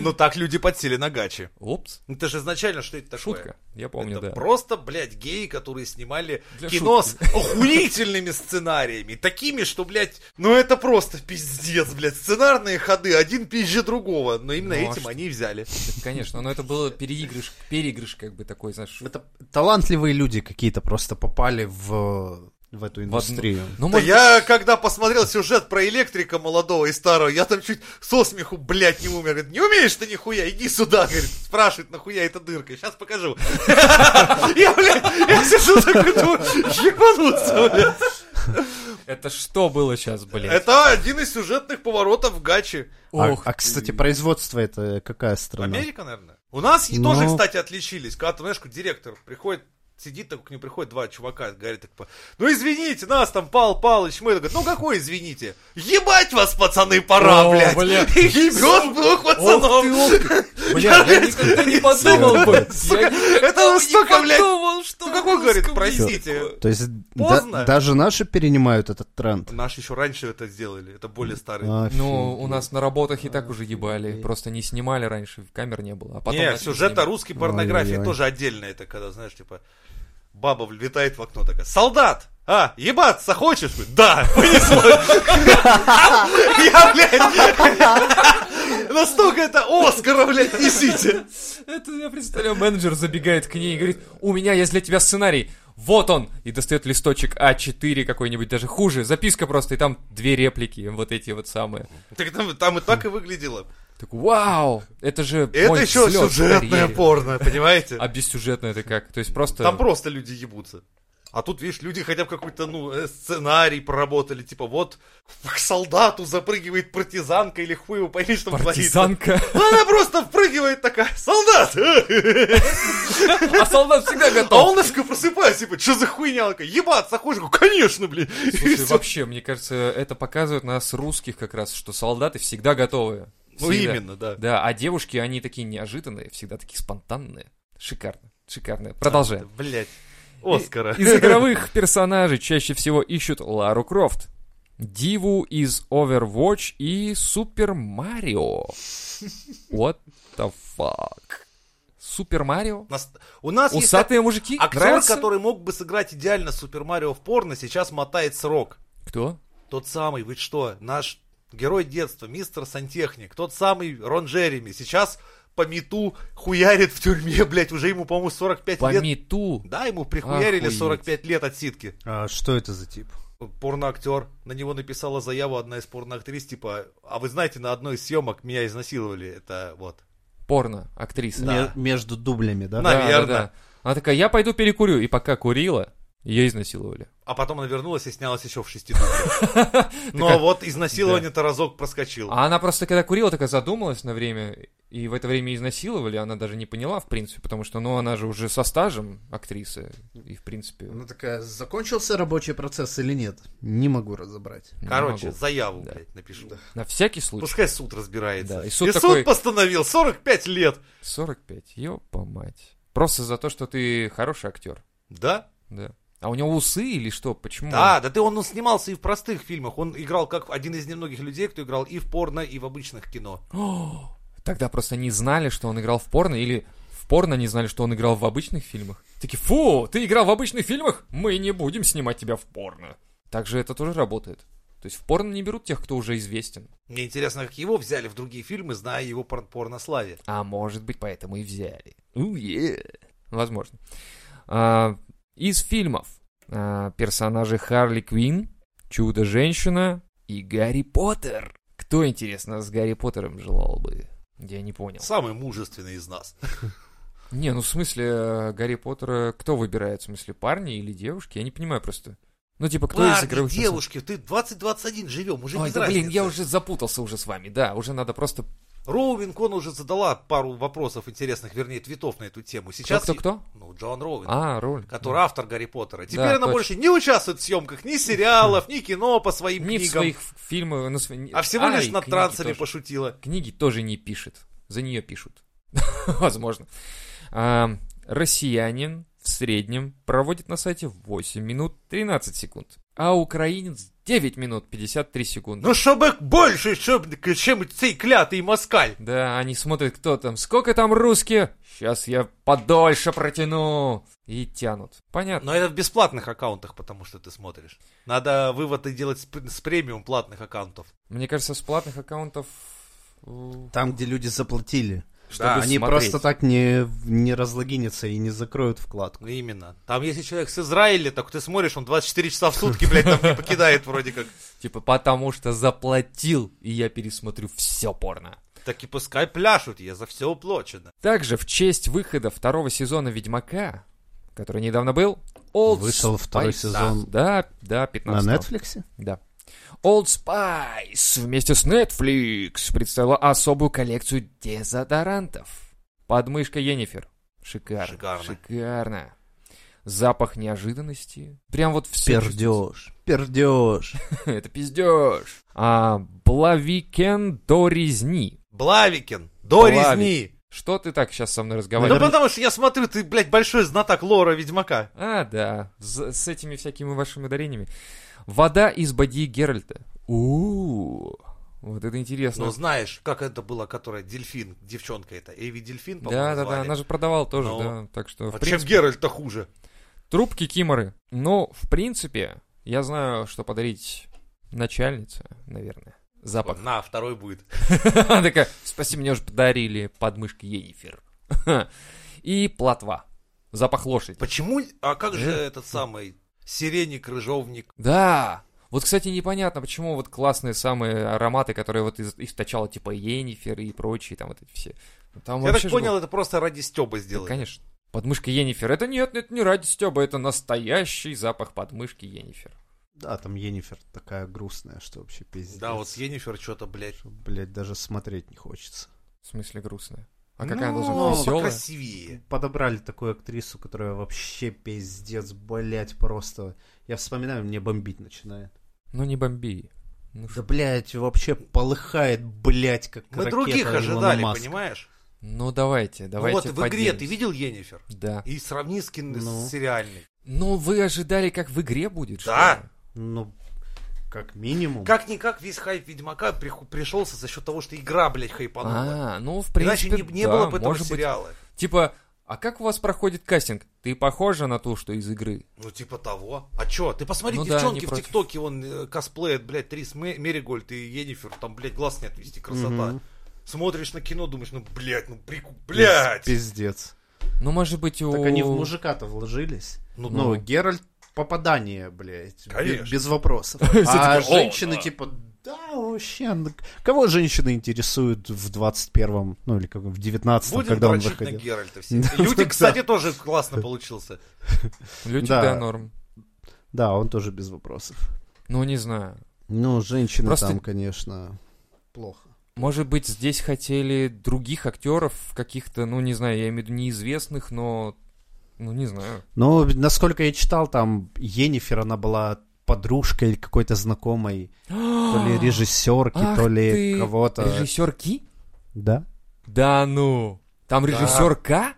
S1: Ну так люди подсели на гачи.
S2: Опс,
S1: Ну это же изначально что это такое?
S2: шутка. Я помню,
S1: это
S2: да.
S1: просто, блядь, геи, которые снимали
S2: Для
S1: кино с охуительными сценариями. Такими, что, блядь, ну это просто пиздец, блядь. Сценарные ходы, один пизже другого. Но именно
S2: Ну, а
S1: этим
S2: что?
S1: они и взяли.
S2: Да, Конечно, но это было переигрыш, переигрыш как бы такой, знаешь.
S3: Это талантливые люди какие-то просто попали в, в эту индустрию.
S2: Ну,
S1: Да
S2: может,
S1: я, когда посмотрел сюжет про электрика молодого и старого, я там чуть со смеху, блядь, не умер. Говорит, не умеешь ты нихуя, иди сюда, говорит, спрашивает, нахуя эта дырка, сейчас покажу. Я, блядь, я сижу такой, думаю, ебануться, блядь.
S2: это что было сейчас, блин?
S1: Это один из сюжетных поворотов в гачи.
S3: А,
S2: Ох
S3: а, кстати,
S2: ты.
S3: производство это какая страна?
S1: Америка, наверное. У нас и тоже,
S3: Ну.
S1: кстати, отличились. Когда, ты знаешь, как директор приходит, сидит, так к нему приходят два чувака, говорит, так, типа, ну извините, нас там Пал Палыч, мы, говорит, ну какой извините? Ебать вас, пацаны, пора,
S2: О,
S1: блядь.
S2: бля.
S1: И ебет двух
S2: Ох
S1: пацанов.
S2: ты, ох ты. Бля, я никогда не подумал бы. Я никогда
S1: настолько,
S2: не
S1: блядь,
S2: подумал, что
S1: Ну
S2: в
S1: какой, говорит,
S2: русском
S1: простите.
S3: То есть да-
S1: Поздно.
S3: даже наши перенимают этот тренд.
S1: Наши еще раньше это сделали, это более старые.
S3: Офигеть.
S2: Ну, у нас на работах и так уже ебали. Просто не снимали раньше, камер не было. А потом
S1: Не,
S2: начали
S1: сюжет о
S2: снимать.
S1: русской порнографии
S3: Ой-ой-ой.
S1: тоже отдельно. Это когда, знаешь, типа, баба влетает в окно такая, солдат! А, ебаться хочешь? Да, понесло. Я, блядь, настолько это Оскара, блядь, несите.
S2: Это, я представляю, менеджер забегает к ней и говорит, у меня есть для тебя сценарий. Вот он! И достает листочек А4 какой-нибудь, даже хуже. Записка просто, и там две реплики, вот эти вот самые.
S1: Так там, там и так и выглядело.
S2: Так, вау! Это же
S1: И это
S2: мой
S1: еще
S2: взлет в
S1: сюжетное
S2: карьере.
S1: порно,
S2: А
S1: понимаете?
S2: без сюжетное это как? То есть просто...
S1: Там просто люди ебутся. А тут, видишь, люди хотя бы какой-то, ну, э, сценарий проработали, типа, вот к солдату запрыгивает партизанка или хуй его пойми, что творится.
S2: партизанка.
S1: Ну, Она просто впрыгивает такая, солдат!
S2: А солдат всегда
S1: А
S2: готов.
S1: он нас просыпается, типа, что за хуйня? Она такая, ебаться, хочешь? Я говорю, конечно, блин. И
S2: Слушай,
S1: всё.
S2: вообще, мне кажется, это показывает нас, русских, как раз, что солдаты всегда готовы.
S1: Ну,
S2: Всегда.
S1: именно, да.
S2: Да, а девушки, они такие неожиданные, всегда такие спонтанные. Шикарно, шикарно. Продолжаем.
S1: Блять. Оскара.
S2: Из игровых персонажей чаще всего ищут Лару Крофт, Диву из Overwatch и Супер Марио. What the fuck? Супер Марио?
S1: У нас- У нас есть а,
S2: Усатые мужики?
S1: актер,
S2: Нравится?
S1: который мог бы сыграть идеально Супер Марио в порно, сейчас мотает срок.
S2: Кто?
S1: Тот самый, вы что, наш герой детства, мистер Сантехник, тот самый Рон Джереми, сейчас по мету хуярит в тюрьме, блять, уже ему, по-моему, 45
S2: По
S1: лет.
S2: Мету.
S1: Да, ему прихуярили
S2: Охуеть.
S1: 45 лет от ситки.
S3: А что это за тип?
S1: порноактер. На него написала заяву одна из порноактрис, типа, а вы знаете, на одной из съемок меня изнасиловали. Это вот.
S2: Порно, актриса.
S1: Да.
S3: Ме- между дублями, да?
S1: На- Наверно.
S2: Она такая, я пойду перекурю. И пока курила, ее изнасиловали.
S1: А потом она вернулась и снялась еще в шести дуплях. Но вот изнасилование-то разок проскочил.
S2: А она просто, когда курила, такая задумалась на время И в это время изнасиловали, она даже не поняла, в принципе, потому что, ну, она же уже со стажем актриса, и, в принципе...
S1: Ну,
S3: Она Ну, такая, закончился рабочий процесс или нет? Не могу разобрать.
S2: не
S1: Короче,
S2: могу.
S1: заяву,
S2: Да.
S1: блядь, напишу.
S2: на всякий случай.
S1: Пускай суд разбирается.
S2: Да, и
S1: и
S2: суд
S1: суд,
S2: такой-
S1: постановил 45 лет.
S2: 45, ёпа мать. Просто за то, что ты хороший актер,
S1: Да? А,
S2: да. А у него усы или что? Почему?
S1: Да, да ты он, он снимался и в простых фильмах. Он играл как один из немногих людей, кто играл и в порно, и в обычных кино.
S2: О, Тогда просто не знали, что он играл в порно, или в порно не знали, что он играл в обычных фильмах. Такие, фу, ты играл в обычных фильмах? Мы не будем снимать тебя в порно. Так же это тоже работает. То есть в порно не берут тех, кто уже известен.
S1: Мне интересно, как его взяли в другие фильмы, зная его пор- порнославе.
S2: А может быть, поэтому и взяли. У, е. Возможно. А, из фильмов а, персонажи Харли Квинн, Чудо-женщина и Гарри Поттер. Кто, интересно, с Гарри Поттером желал бы? Я не понял.
S1: Самый мужественный из нас.
S2: Не, ну в смысле, э, Гарри Поттера кто выбирает? В смысле, парни или девушки? Я не понимаю просто. Ну, типа, кто из
S1: Парни,
S2: игровых персонажей?
S1: девушки, ты 2021 живем, уже
S2: Ой,
S1: без
S2: да блин,
S1: разницы.
S2: я уже запутался уже с вами, да, уже надо просто...
S1: Роулинг, он уже задала пару вопросов интересных, вернее, твитов на эту тему. Сейчас...
S2: Кто-кто-кто?
S1: Ну, Джон Роулинг.
S2: А, роль.
S1: Который автор Гарри Поттера. Теперь она
S2: точно.
S1: больше не участвует в съемках ни сериалов, ни кино по своим
S2: Не в
S1: книгам,
S2: своих ф- фильмах... ну, св-
S1: а всего лишь
S2: и
S1: над
S2: книги
S1: трансами
S2: тоже.
S1: пошутила.
S2: Книги тоже не пишет, за нее пишут. Возможно. А, Россиянин в среднем проводит на сайте 8 минут 13 секунд, а украинец 9 минут 53 секунды.
S1: Ну, чтобы больше, чтоб- чем цей клятый москаль.
S2: Да, они смотрят, кто там, сколько там русских, сейчас я подольше протяну, и тянут. Понятно.
S1: Но это в бесплатных аккаунтах, потому что ты смотришь. Надо выводы делать с, пр- с премиум платных аккаунтов.
S2: Мне кажется, с платных аккаунтов... у,
S3: Там, где люди заплатили.
S2: Чтобы
S1: Да,
S3: Они
S2: смотреть.
S3: просто так не, не разлогинятся и не закроют вкладку.
S1: Ну, именно. Там, если человек с Израиля, так ты смотришь, он 24 часа в сутки, блядь, там не покидает вроде как.
S2: Типа, потому что заплатил, и я пересмотрю все порно.
S1: Так и пускай пляшут, я за все уплочено.
S2: Также в честь выхода второго сезона «Ведьмака», который недавно был, Old
S3: Вышел второй
S2: Spice-
S3: сезон
S2: Да, да, 15
S3: На Netflix?
S2: Да. Old Spice вместе с Netflix представила особую коллекцию дезодорантов. Подмышка Енифер. Шикарно.
S1: Шикарно.
S2: Шикарно. Запах неожиданности. Прям вот все.
S3: Пердеж. Пердеж.
S2: Это пиздеж. А, Блавикен до резни.
S1: Блавикин, до
S2: Блавик.
S1: резни.
S2: Что ты так сейчас со мной
S1: Ну,
S2: разговариваешь?
S1: потому что я смотрю, ты, блядь, большой знаток лора Ведьмака.
S2: А, да. З- с этими всякими вашими ударениями. Вода из бадьи Геральта. у Вот это интересно.
S1: Но Ну, знаешь, как это было, которая Дельфин, девчонка эта, Эви Дельфин, по-моему,
S2: да, да, да,
S1: звали.
S2: она же продавала тоже,
S1: Ну,
S2: да. Так что,
S1: А
S2: в
S1: чем
S2: принципе,
S1: Геральт-то хуже?
S2: Трубки Киморы. Ну, в принципе, я знаю, что подарить начальнице, наверное. Запах.
S1: На, второй будет.
S2: Она такая, спасибо, мне уже подарили подмышки Енифер. И платва. Запах лошади.
S1: Почему? А как же
S2: Э?
S1: этот самый сиреник, рыжовник?
S2: Да. Вот, кстати, непонятно, почему вот классные самые ароматы, которые вот из- источала типа Енифер и прочие там вот эти все. Ну, Там
S1: я
S2: вообще
S1: так
S2: же
S1: понял, это просто ради Стеба
S2: было-
S1: сделали.
S2: Ну, Конечно. Подмышка Енифер. Это нет, это не ради Стеба, это настоящий запах подмышки Енифер.
S3: Да, там Енифер такая грустная, что вообще пиздец.
S1: да, вот с Енифер что-то, блядь.
S3: Что, блядь, даже смотреть не хочется.
S2: В смысле грустная. А какая
S1: ну,
S2: она должна быть веселая?
S1: красивее.
S3: Подобрали такую актрису, которая вообще пиздец, блядь, просто... Я вспоминаю, мне бомбить начинает.
S2: Ну не бомби. Ну,
S3: Да,
S2: ш-
S3: блядь, вообще полыхает, блядь, как
S1: Мы
S3: ракета
S1: других
S3: Илона
S1: ожидали,
S3: Маска.
S1: понимаешь?
S2: ну, давайте,
S1: Ну
S2: давайте.
S1: вот в игре ты
S2: поделимся.
S1: видел Енифер?
S2: Да.
S1: И сравни с, кино,
S3: Ну.
S1: с сериальной.
S2: Ну вы ожидали, как в игре будет? что
S1: Да.
S2: ли?
S3: Ну, как минимум.
S1: Как-никак весь хайп Ведьмака приху- пришелся за счет того, что игра, блядь, хайпанула.
S2: А, ну в принципе.
S1: Иначе не, не
S2: да,
S1: было бы этого
S2: может быть.
S1: сериала.
S2: Типа, а как у вас проходит кастинг? Ты похожа на ту, что из игры?
S1: Ну, типа того. А чё? Ты посмотри,
S2: Ну да, не
S1: девчонки в
S2: против.
S1: ТикТоке, он э, косплеят, блядь, Трис Ме- Меригольд и Енифер, там, блядь, глаз не отвести, красота.
S3: Мгм.
S1: Смотришь на кино, думаешь, ну, блядь, ну, прику... блядь!
S3: Пиздец.
S2: Ну, может быть, у...
S3: Так они в мужика-то вложились.
S1: Ну,
S3: Ну,
S2: Ну.
S3: Геральт попадание, блядь. бе-
S1: Конечно.
S3: Без вопросов.
S2: такие,
S3: А
S2: «О,
S3: женщины
S2: да».
S3: типа, да, вообще. ну, Кого женщины интересуют в 21-м, ну или как в 19-м,
S1: будем
S3: когда он
S1: дрочить на
S3: выходил?
S1: Геральта все. Люди, кстати, тоже классно получился.
S2: Люди,
S3: Да.
S2: да, норм.
S3: Да, он тоже без вопросов.
S2: Ну, не знаю.
S3: Ну, женщины
S2: Просто-
S3: там, конечно, плохо.
S2: Может быть, здесь хотели других актеров, каких-то, ну, не знаю, я имею в виду неизвестных, но, ну, не знаю.
S3: Ну, насколько я читал, там Енифер, она была подружкой какой-то знакомой, то ли режиссерки,
S2: А. Ах
S3: то ли
S2: ты,
S3: кого-то.
S2: Режиссер Ки?
S3: Да?
S2: Да ну. Там
S1: Да.
S2: режиссер К?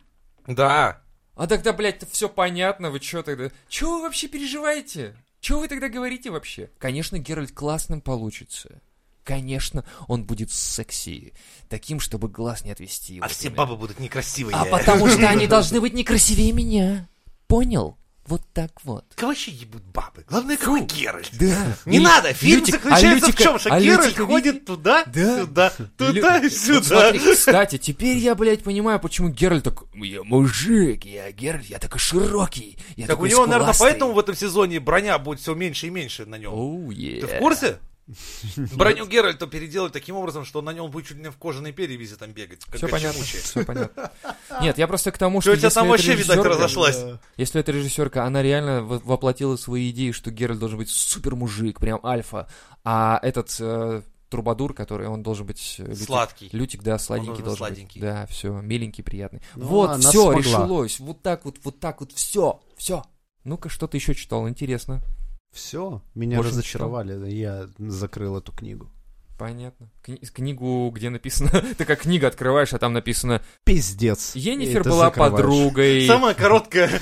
S1: Да.
S2: А тогда, блядь, все понятно, вы чё тогда? Чего вы вообще переживаете? Чего вы тогда говорите вообще? Конечно, Геральт классным получится. Конечно, он будет секси. Таким, чтобы глаз не отвести.
S1: А
S2: Вот
S1: все
S2: именно.
S1: бабы будут некрасивые.
S2: А потому что они должны быть не красивее меня. Понял? Вот так вот.
S1: Кого вообще ебут бабы? Главное, какой Геральт.
S2: Да.
S1: Не надо, фильм
S2: Лютик- а
S1: заключается в
S2: Лютика-
S1: чем? Что
S2: а
S1: Геральт
S2: Лютика
S1: ходит
S2: видите?
S1: туда,
S2: Да.
S1: сюда, туда и
S2: Лю-
S1: сюда.
S2: Вот смотри, кстати, теперь я, блядь, понимаю, почему Геральт так... Я мужик, я Геральт, я такой широкий, я
S1: так у
S2: такой
S1: него, наверное,
S2: скуластый».
S1: поэтому в этом сезоне броня будет все меньше и меньше на нем.
S2: Оу, е.
S1: Ты в курсе?
S2: э.
S1: Броню Геральта переделать таким образом, что на нем будет чуть ли не в кожаной перевязи там бегать. Как
S2: Все понятно,
S1: кочемучий.
S2: все понятно. Нет, я просто к тому,
S1: Чё,
S2: что...
S1: у тебя
S2: если
S1: там
S2: это
S1: вообще, видать,
S2: режиссёрка-
S1: разошлась?
S2: Если эта режиссерка, она реально во- воплотила свои идеи, что Геральт должен быть супер мужик, прям альфа, а этот э, трубадур, который он должен быть... э, лютик-
S1: Сладкий.
S2: Лютик, да, сладенький
S1: Он
S2: должен
S1: должен
S2: быть.
S1: сладенький.
S2: Да, все, миленький, приятный.
S3: Ну,
S2: вот,
S3: она
S2: все,
S3: смогла.
S2: решилось. Вот так вот, вот так вот, все, все. Ну-ка, что ты еще читал? Интересно.
S3: Все, меня
S2: Больше
S3: разочаровали, я закрыл эту книгу.
S2: Понятно. Кни- книгу, где написано... Ты как книга открываешь, а там написано...
S3: Пиздец.
S2: Енифер
S3: И ты
S2: была
S3: закрываешь.
S2: подругой...
S1: Самая короткая.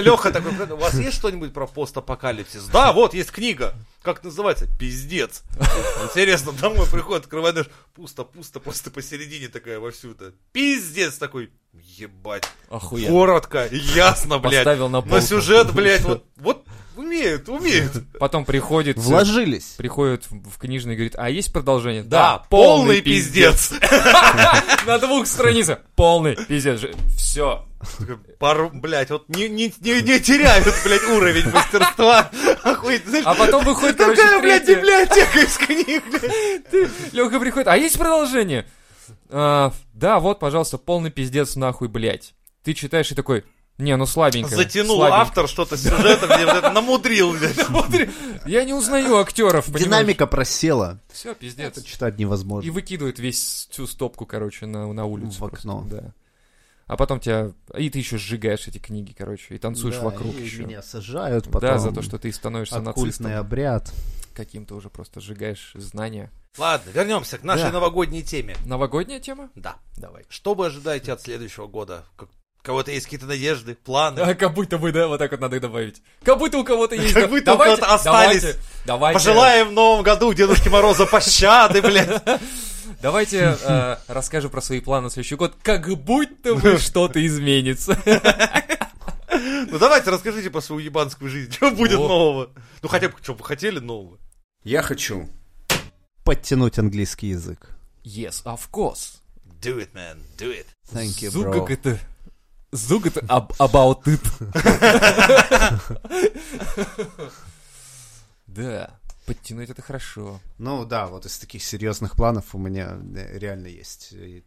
S1: Леха такой, у вас есть что-нибудь про постапокалипсис? Да, вот есть книга. Как называется? Пиздец. Интересно, домой приходит, открывает, знаешь, пусто, пусто, просто посередине такая вовсю-то. Пиздец такой. Ебать.
S2: Охуенно.
S1: Коротко, ясно, блядь.
S2: Поставил на
S1: На
S2: полку.
S1: сюжет, блядь, вот, вот умеет, умеет.
S2: Потом приходит...
S3: Вложились.
S2: Приходит в в книжный и говорит, а есть продолжение?
S1: Да, полный пиздец.
S2: На двух страницах. Полный пиздец. Все.
S1: Такой, Пару, блядь, вот не, не, не, не теряют, блядь, уровень мастерства. Охуеть, знаешь,
S2: А потом выходит, короче,
S1: такая, блядь,
S2: третья.
S1: библиотека из книг, блядь.
S2: Лёха приходит, а есть продолжение? А, да, вот, пожалуйста, полный пиздец нахуй, блядь. Ты читаешь и такой, не, ну слабенько.
S1: Затянул
S2: слабенько».
S1: автор что-то с сюжетом, где вот это намудрил, блядь.
S2: Смотри, Я не узнаю актеров,
S3: Динамика просела.
S2: Все,
S3: Это
S2: пиздец.
S3: читать
S2: И
S3: невозможно.
S2: выкидывает весь всю стопку, короче, на, на улицу.
S3: В окно.
S2: просто, Да. А потом тебя... И ты еще сжигаешь эти книги, короче, и танцуешь
S3: Да,
S2: вокруг
S3: и
S2: еще.
S3: Меня сажают потом.
S2: Да, за то, что ты становишься
S3: Оккультный
S2: нацистом.
S3: обряд.
S2: Каким-то уже просто сжигаешь знания.
S1: Ладно, вернемся к нашей
S2: Да.
S1: новогодней теме.
S2: Новогодняя тема?
S1: Да.
S2: Давай.
S1: Что вы ожидаете от следующего года? Как- У кого-то есть какие-то надежды, планы?
S2: А, как будто бы, да, вот так вот надо и добавить. Как будто у кого-то есть...
S1: Как
S2: да,
S1: будто у
S2: давайте-
S1: кого-то остались.
S2: Давайте, давайте,
S1: Пожелаем в новом году Дедушке Мороза пощады, блядь.
S2: давайте э, расскажем про свои планы на следующий год. Как будто бы что-то изменится.
S1: Ну давайте расскажите про свою ебанскую жизнь. Что будет
S2: О.
S1: нового? Ну хотя бы, что вы хотели нового?
S3: Я хочу подтянуть английский язык.
S2: Yes, of course.
S1: Do it, man, do it.
S3: Thank you,
S2: Зу
S3: bro.
S2: как это... Зу как это ab- about it. Да, подтянуть это хорошо.
S3: Ну да, вот из таких серьезных планов у меня э, реально есть э,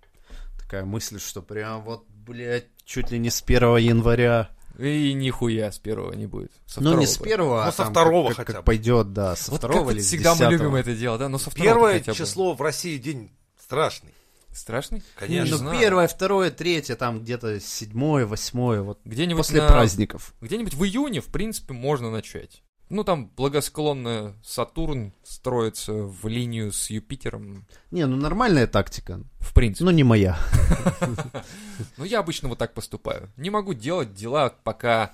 S3: такая мысль, что прям вот, блядь, чуть ли не с 1 января.
S2: И нихуя с первого не будет. Со
S3: ну
S2: второго
S3: не с
S2: будет.
S3: первого,
S1: Ну,
S3: а
S1: со
S3: там
S1: второго
S3: как, как-
S1: хотя
S3: как
S1: бы.
S3: пойдет, да, со
S2: Вот
S3: второго
S2: как
S3: или
S2: это
S3: с
S2: всегда мы
S3: десятого.
S2: любим это дело, да? Но со второго
S1: Первое
S2: Ну, хотя бы.
S1: число в России день страшный.
S2: Страшный?
S1: Конечно.
S2: Не
S3: ну,
S2: знаю.
S3: первое, второе, третье, там где-то седьмое, восьмое, вот
S2: Где-нибудь
S3: после
S2: на-
S3: праздников.
S2: Где-нибудь в июне, в принципе, можно начать. Ну, там благосклонно Сатурн строится в линию с Юпитером,
S3: Не, ну нормальная тактика,
S2: в принципе.
S3: ну не моя.
S2: Но я обычно вот так поступаю. Не могу делать дела, пока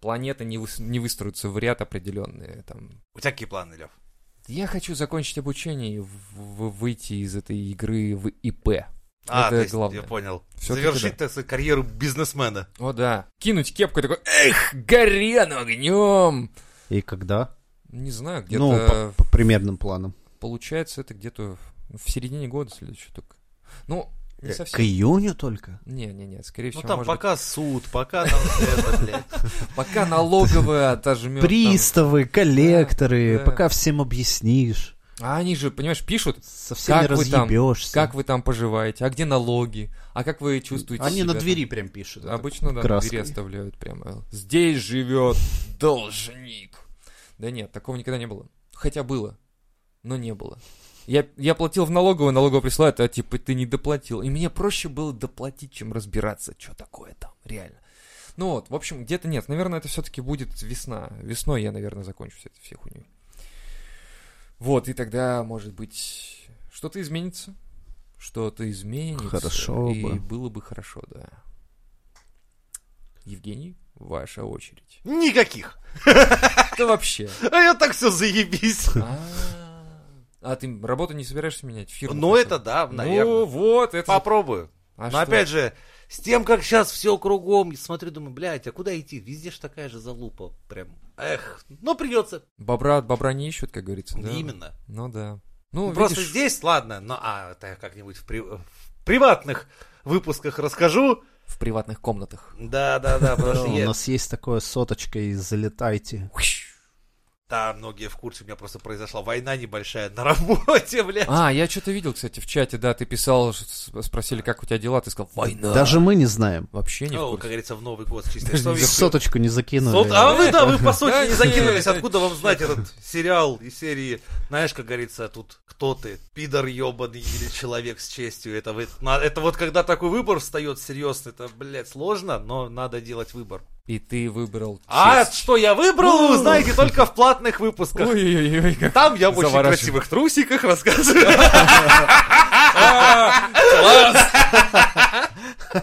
S2: планеты не, выс- не выстроятся в ряд определенные. Там.
S1: У тебя какие планы, Лев?
S2: Я хочу закончить обучение и в- в- выйти из этой игры в ИП.
S1: А,
S2: Это
S1: то есть,
S2: главное.
S1: я понял.
S2: Всё-таки
S1: Завершить, так сказать, карьеру бизнесмена.
S2: О, да. Кинуть кепку и такой, эх, гори оно огнем.
S3: И когда?
S2: Не знаю, где-то...
S3: Ну, по, по примерным планам.
S2: Получается, это где-то в середине года следующий только. Ну, не
S3: Э, К
S2: совсем.
S3: июню только?
S2: Не-не-не, скорее
S1: Ну
S2: всего,
S1: там
S2: может
S1: пока суд, пока там всё это, блядь.
S2: быть, пока налоговая отожмет. Ну, там.
S3: Приставы, коллекторы,
S2: да.
S3: пока всем объяснишь,
S2: А они же, понимаешь, пишут,
S3: со всеми
S2: Как вы там?
S3: разъебешься.
S2: как вы там поживаете, а где налоги, а как вы чувствуете
S3: Они
S2: себя
S3: на
S2: там. А,
S3: двери прям пишут. это
S2: Обычно, да, на
S3: краской.
S2: двери оставляют прямо. Здесь живет должник. Да нет, такого никогда не было. Хотя было, но не было. Я, я платил в налоговую, налоговая присылает, а типа ты не доплатил. И мне проще было доплатить, чем разбираться, что такое там, реально. Ну вот, в общем, где-то нет. Наверное, это все-таки будет весна. Весной я, наверное, закончу все это все хуйню. Вот, и тогда, может быть, что-то изменится. Что-то изменится.
S3: Хорошо
S2: и
S3: бы.
S2: было бы хорошо, да. Евгений, ваша очередь.
S1: Никаких.
S2: Это вообще.
S1: А я так все заебись.
S2: А, А ты работу не собираешься менять? Фирму?
S1: Ну,
S2: хотя бы?
S1: это да,
S2: Ну,
S1: наверное.
S2: вот, это...
S1: Попробую.
S2: А
S1: Но
S2: что?
S1: опять же, с тем, как сейчас все кругом, смотрю, думаю, блядь, а куда идти? Везде ж такая же залупа. Прям, эх, ну придется.
S2: Бобра от бобра не ищут, как говорится. да?
S1: Именно.
S2: Ну да. Ну,
S1: Просто
S2: видишь,
S1: здесь, ладно, но а это я как-нибудь в, при- в приватных выпусках расскажу.
S2: в приватных комнатах.
S1: Да, да, да, потому
S3: Да,
S1: что
S3: У
S1: я-
S3: нас есть такое соточка и залетайте.
S1: Да, многие в курсе, у меня просто произошла война небольшая на работе, блядь.
S2: А, я что-то видел, кстати, в чате, да, ты писал, что с- спросили, как у тебя дела, ты сказал, война.
S3: Даже мы не знаем.
S2: Вообще не в
S1: Ну,
S2: курсе.
S1: как говорится, в Новый год чисто.
S2: Даже
S1: Что
S2: не
S1: вы-
S3: Соточку не
S1: Сот-
S3: закинули.
S1: А вы, да, вы по сути не
S2: Да,
S1: закинулись,
S2: нет.
S1: откуда вам знать этот сериал из серии, знаешь, как говорится, тут кто ты, пидор ебаный или человек с честью, это, вы- на- это вот когда такой выбор встает серьезно, это, блядь, сложно, но надо делать выбор.
S2: И ты выбрал
S1: А
S2: честь. Ну.
S1: что я выбрал, вы узнаете только в платных выпусках.
S2: Ой-ой-ой, как
S1: Там я в очень
S2: Заворачивай.
S1: красивых трусиках рассказываю.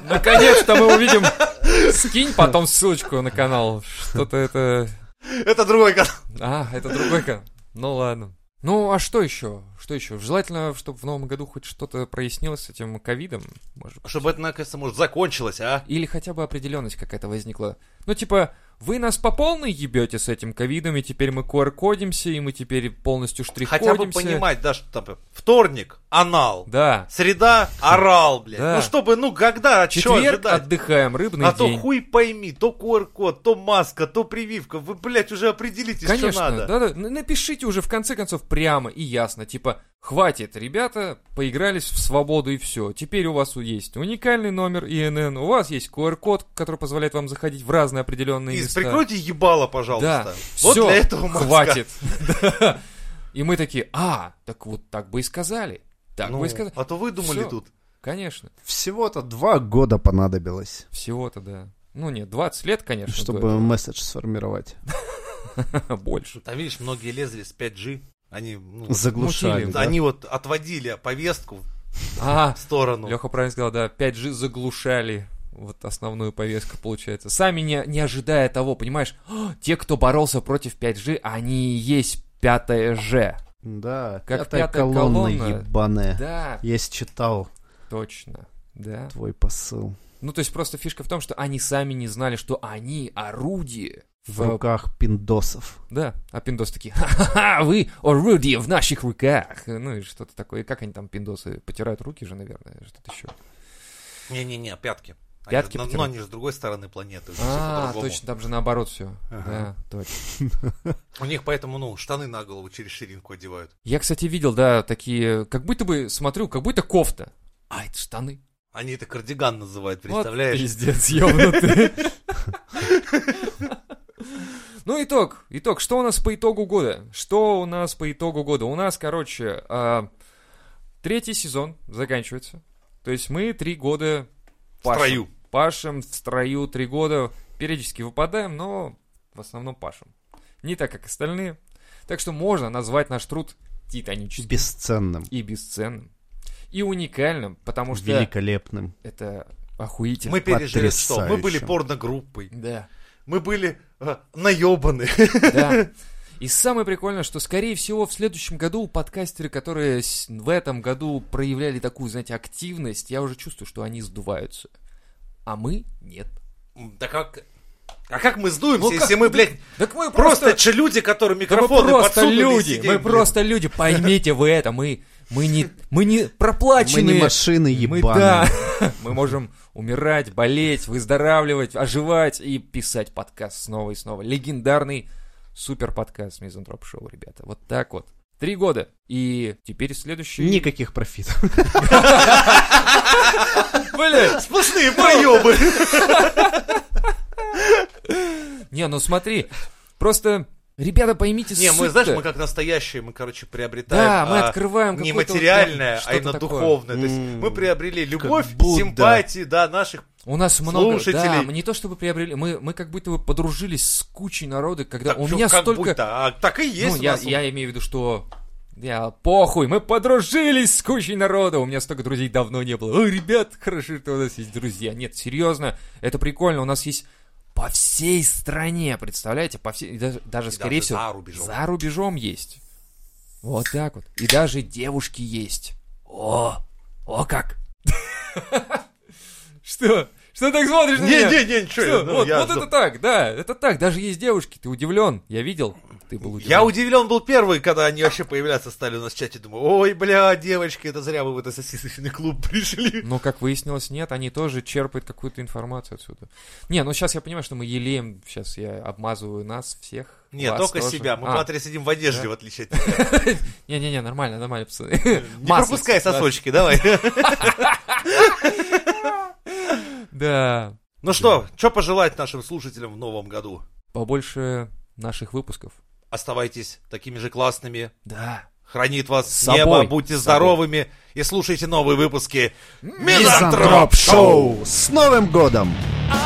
S2: Наконец-то мы увидим. Скинь потом ссылочку на канал. Что-то это...
S1: Это другой канал.
S2: А, это другой канал. Ну ладно. Ну, а что еще? Что еще? Желательно, чтобы в новом году хоть что-то прояснилось с этим ковидом. Может,
S1: Чтобы это, наконец-то, может, закончилось, а?
S2: Или хотя бы определенность какая-то возникла. Ну, типа, вы нас по полной ебете с этим ковидом, и теперь мы QR-кодимся, и мы теперь полностью штрих-кодимся.
S1: Хотя бы понимать, да, что там типа, вторник, анал.
S2: Да.
S1: Среда, орал, блядь.
S2: Да.
S1: Ну, чтобы, ну, когда, от чего
S2: Четверг
S1: ожидать?
S2: отдыхаем, рыбный
S1: А то
S2: день.
S1: хуй пойми, то QR-код, то маска, то прививка. Вы, блядь, уже определитесь, что
S2: Конечно,
S1: надо.
S2: да, да. Напишите уже в конце концов прямо и ясно, типа, хватит, ребята, поигрались в свободу и все. Теперь у вас у- есть уникальный номер ИНН, у вас есть QR-код, который позволяет вам заходить в разные определенные
S1: И
S2: места.
S1: прикройте ебало, пожалуйста.
S2: Да,
S1: Вот
S2: всё,
S1: для этого маска.
S2: хватит. Да. И мы такие, а, так вот так бы и сказали. Так
S1: Ну,
S2: бы и сказали.
S1: а то вы думали
S2: Всё.
S1: тут.
S2: Конечно,
S3: Всего-то два года понадобилось,
S2: всего-то, да. Ну нет, 20 лет, конечно,
S3: чтобы месседж сформировать.
S2: до- больше.
S1: Там, видишь, многие лезли с 5G. Они, ну,
S3: Заглушали.
S2: мутили,
S3: да?
S1: они вот отводили повестку
S2: А,
S1: в сторону.
S2: Леха правильно сказал, да, 5G заглушали вот основную повестку, получается. Сами не, не ожидая того, понимаешь, «А, те, кто боролся против 5G, они и есть пятое Ж.
S3: Да,
S2: Как
S3: пятая
S2: пятая
S3: колонна
S2: колонна.
S3: ебаная.
S2: Да,
S3: Я считал
S2: точно. Да.
S3: твой посыл.
S2: Ну, то есть просто фишка в том, что они сами не знали, что они орудие
S3: В
S2: в...
S3: руках пиндосов.
S2: Да, а пиндосы такие, ха-ха-ха, вы орудие в наших руках. Ну и что-то такое. И как они там, пиндосы, потирают руки же, наверное, что-то еще.
S1: Не-не-не, пятки. Они
S2: Пятки
S1: же- но-
S2: потирают.
S1: но они же с другой стороны планеты. уже всё
S2: А,
S1: по-другому.
S2: точно, там же наоборот все. Да,
S3: Ага.
S2: точно.
S1: У них поэтому, ну, штаны на голову через ширинку одевают.
S2: Я, кстати, видел, да, такие, как будто бы, смотрю, как будто кофта. А, это штаны.
S1: Они это кардиган называют,
S2: Вот
S1: представляешь?
S2: пиздец, ёбнутый. Ну, итог, итог. Что у нас по итогу года? Что у нас по итогу года? У нас, короче, а, третий сезон заканчивается. То есть мы три года
S1: в
S2: пашем.
S1: строю.
S2: Пашем в строю три года. Периодически выпадаем, но в основном пашем. Не так, как остальные. Так что можно назвать наш труд титаническим
S3: Бесценным.
S2: и бесценным, и уникальным, потому что
S3: Великолепным.
S2: это охуительно.
S1: Мы пережили что?
S3: Потрясающе.
S1: Мы были порногруппой.
S2: Да,
S1: Мы были э, наебаны.
S2: да. И самое прикольное, что, скорее всего, в следующем году подкастеры, которые с- в этом году проявляли такую, знаете, активность, я уже чувствую, что они сдуваются. А мы нет.
S1: Да как... А как мы сдуемся,
S2: Ну как?
S1: если мы, блядь,
S2: Так мы
S1: просто, че люди, которые
S2: Да мы
S1: микрофоны
S2: просто
S1: подсунули и
S2: люди,
S1: сидим,
S2: мы
S1: блин.
S2: просто люди, поймите вы это, мы, мы не, мы не
S3: Мы
S2: проплаченные.
S3: не машины
S2: Мы,
S3: ебаные.
S2: да, мы можем умирать, болеть, выздоравливать, оживать и писать подкаст снова и снова. Легендарный супер подкаст Мизантроп Шоу, ребята. Вот так вот. Три года. И теперь следующий...
S3: Никаких профитов.
S2: Блядь!
S1: Сплошные проебы.
S2: Не, ну смотри, ну просто Ребята, поймите,
S1: Не, мы,
S2: суть-то.
S1: знаешь, мы как настоящие, мы, короче, приобретаем...
S2: Да, мы
S1: а,
S2: открываем
S1: не
S2: какое-то вот
S1: материальное,
S2: прям
S1: а именно
S2: что-то такое.
S1: духовное. То есть
S3: М.
S1: мы приобрели любовь,
S3: Будда.
S1: симпатии, да, наших...
S2: У нас много,
S1: слушателей.
S2: да, мы не то чтобы приобрели, мы, мы как будто бы подружились с кучей народа, когда
S1: Так,
S2: у
S1: чё,
S2: меня
S1: как
S2: столько...
S1: будто, а, так и есть
S2: ну,
S1: у
S2: я,
S1: нас.
S2: я имею в виду, что... Я похуй, мы подружились с кучей народа, у меня столько друзей давно не было. О, ребят, хорошо, что у нас есть друзья. Нет, серьезно, это прикольно, у нас есть по всей стране, представляете, по всей, и даже, даже,
S1: И
S2: скорее
S1: даже
S2: всего,
S1: за рубежом.
S2: за рубежом есть. Вот так вот. И даже девушки есть. О, о как. Что? Что так смотришь на меня?
S1: Не-не-не, ничего.
S2: Всё,
S1: ну,
S2: вот,
S1: я
S2: вот
S1: за-
S2: это так, да, это так. Даже есть девушки, ты удивлен, я видел, ты был удивлен.
S1: Я удивлен был первый, когда они вообще появляться стали у нас в чате. Думаю, ой, бля, девочки, это зря вы в этот сосисочный клуб пришли.
S2: Но, как выяснилось, нет, они тоже черпают какую-то информацию отсюда. Не, ну сейчас я понимаю, что мы елеем, сейчас я обмазываю нас всех.
S1: Нет,
S2: вас
S1: только
S2: тоже.
S1: себя. Мы,
S2: А,
S1: смотри, сидим в одежде,
S2: Да.
S1: в отличие от тебя.
S2: Не-не-не, нормально, нормально, пацаны.
S1: Не
S2: Масло,
S1: пропускай
S2: да.
S1: сосочки, давай.
S2: Да,
S1: Ну что, что пожелать нашим слушателям в новом году?
S2: побольше наших выпусков.
S1: Оставайтесь такими же классными.
S2: Да.
S1: Хранит вас
S2: С
S1: небо,
S2: собой,
S1: будьте
S2: с собой.
S1: здоровыми и слушайте новые выпуски Мизантроп
S3: Мизантроп Шоу! С Новым годом!
S1: А